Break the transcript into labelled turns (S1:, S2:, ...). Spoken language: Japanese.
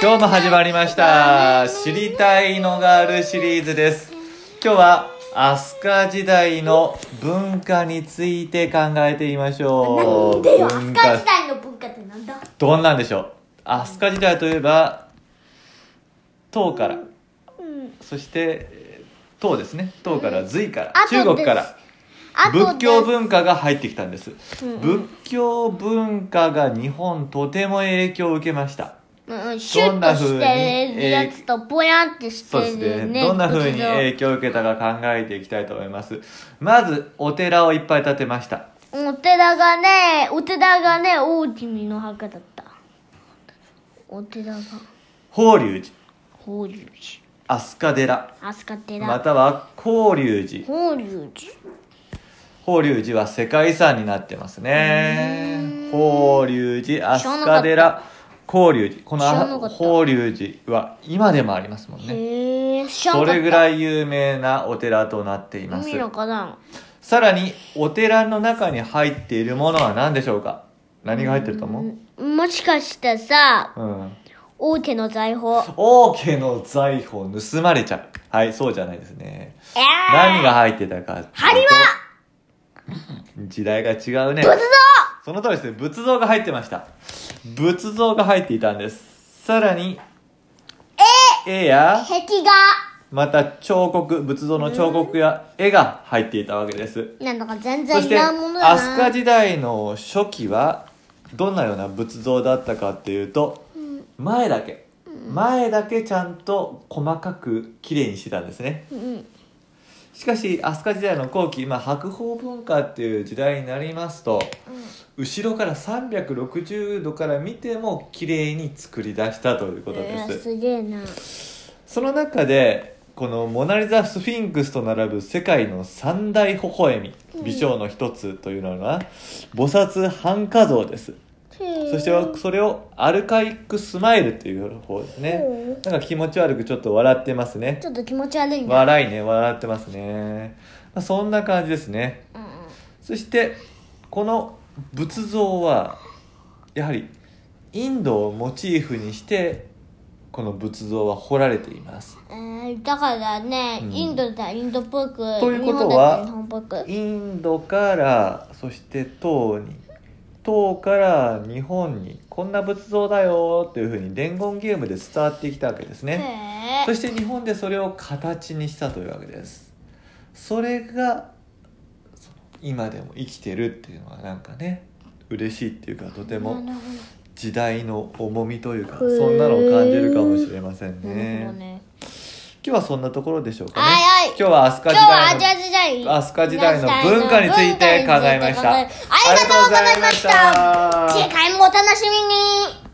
S1: 今日も始まりました知りたいのがあるシリーズです今日は飛鳥時代の文化について考えてみましょう
S2: では飛
S1: 文
S2: 鳥
S1: 化
S2: 時代の文化ってなんだ
S1: どんなんでしょう飛鳥時代といえば唐から
S2: うん
S1: そしてえー唐ですね唐から隋から
S2: あと
S1: 中国から仏教
S2: 化
S1: 文化が入ってきたんです、
S2: うん
S1: 仏教文化が日本とても影響を受けました
S2: うん、シュッとしてるやつとぼやんってし
S1: そう
S2: て
S1: ですね
S2: るね
S1: どんな風
S2: 仏
S1: に
S2: 像
S1: 影響を受けたか考えていきたいと思いますまずお寺をいっぱい建てました
S2: お寺がねお寺がね大君の墓だったお寺が
S1: 法隆寺
S2: 法隆
S1: 飛鳥寺
S2: 寺飛鳥寺、
S1: または法隆寺
S2: 法隆寺
S1: 法隆寺は世界遺産になってますね
S2: うーん
S1: 法隆寺
S2: 知らな
S1: 飛
S2: かっ
S1: 鳥寺法隆寺こ
S2: 知らなか
S1: の
S2: った
S1: 法隆寺は今でもありますもんね
S2: へえ知ら
S1: そ
S2: なかった
S1: れぐらい有名なお寺となっています
S2: 海のかな
S1: さらにお寺の中に入っているものは何でしょうか何が入ってると思う
S2: もしかしてさ
S1: うん
S2: 王家の財 宝
S1: 王家の財宝盗まれちゃうはいそうじゃないですね
S2: えー、
S1: 何が入ってたか
S2: 針
S1: は時代が違うね
S2: 仏像
S1: その通りですね仏像が入ってました仏像が入っていたんですさらに絵や
S2: 壁画
S1: また彫刻仏像の彫刻や絵が入っていたわけです
S2: なんだか全
S1: そ
S2: 然
S1: し
S2: い
S1: て
S2: らんものだな
S1: 飛鳥時代の初期はどんなような仏像だったかっていうと前だけ前だけちゃんと細かくきれいにしてたんですね
S2: うん
S1: しかし飛鳥時代の後期、まあ、白鳳文化っていう時代になりますと後ろから360度から見ても綺麗に作り出したということ
S2: え
S1: で
S2: ー
S1: す
S2: すげえな
S1: その中でこのモナ・リザ・スフィンクスと並ぶ世界の三大微笑み美少の一つというのが菩薩半化像ですそ
S2: そ
S1: してはそれをアルカイックスマイルという方ですね
S2: うん
S1: なんか気持ち悪くちょっと笑ってますね
S2: ちょっと気持ち悪いな、
S1: 笑いね笑ってますね、まあ、そんな感じですね
S2: うんうん
S1: そしてこの仏像はやはりインドをモチーフにしてこの仏像は彫られています
S2: えーだからね、
S1: うん
S2: インドだインドっぽく
S1: というこ
S2: 日本だ
S1: とは
S2: ったら日本っぽく
S1: インドからそして唐に唐から日本にこんな仏像だよっていうふうに伝言ゲームで伝わってきたわけですね、
S2: へ
S1: そして日本でそれを形にしたというわけですそれがその今でも生きてるっていうのはなんかね嬉しいっていうかとて
S2: え
S1: も
S2: なるほ
S1: 時代の重みというか
S2: へー
S1: そんなのを感じるかもしれません
S2: どなるほど
S1: ね
S2: ね
S1: 今日はそんなところでしょうかね
S2: はいはい
S1: 今日は飛鳥
S2: 今
S1: 時
S2: 日はア
S1: 代
S2: ジ
S1: の
S2: ア時代
S1: 飛鳥時代の文化について考えました
S2: ありがとうございました
S1: ありがとうございました
S2: 次回もお楽しみに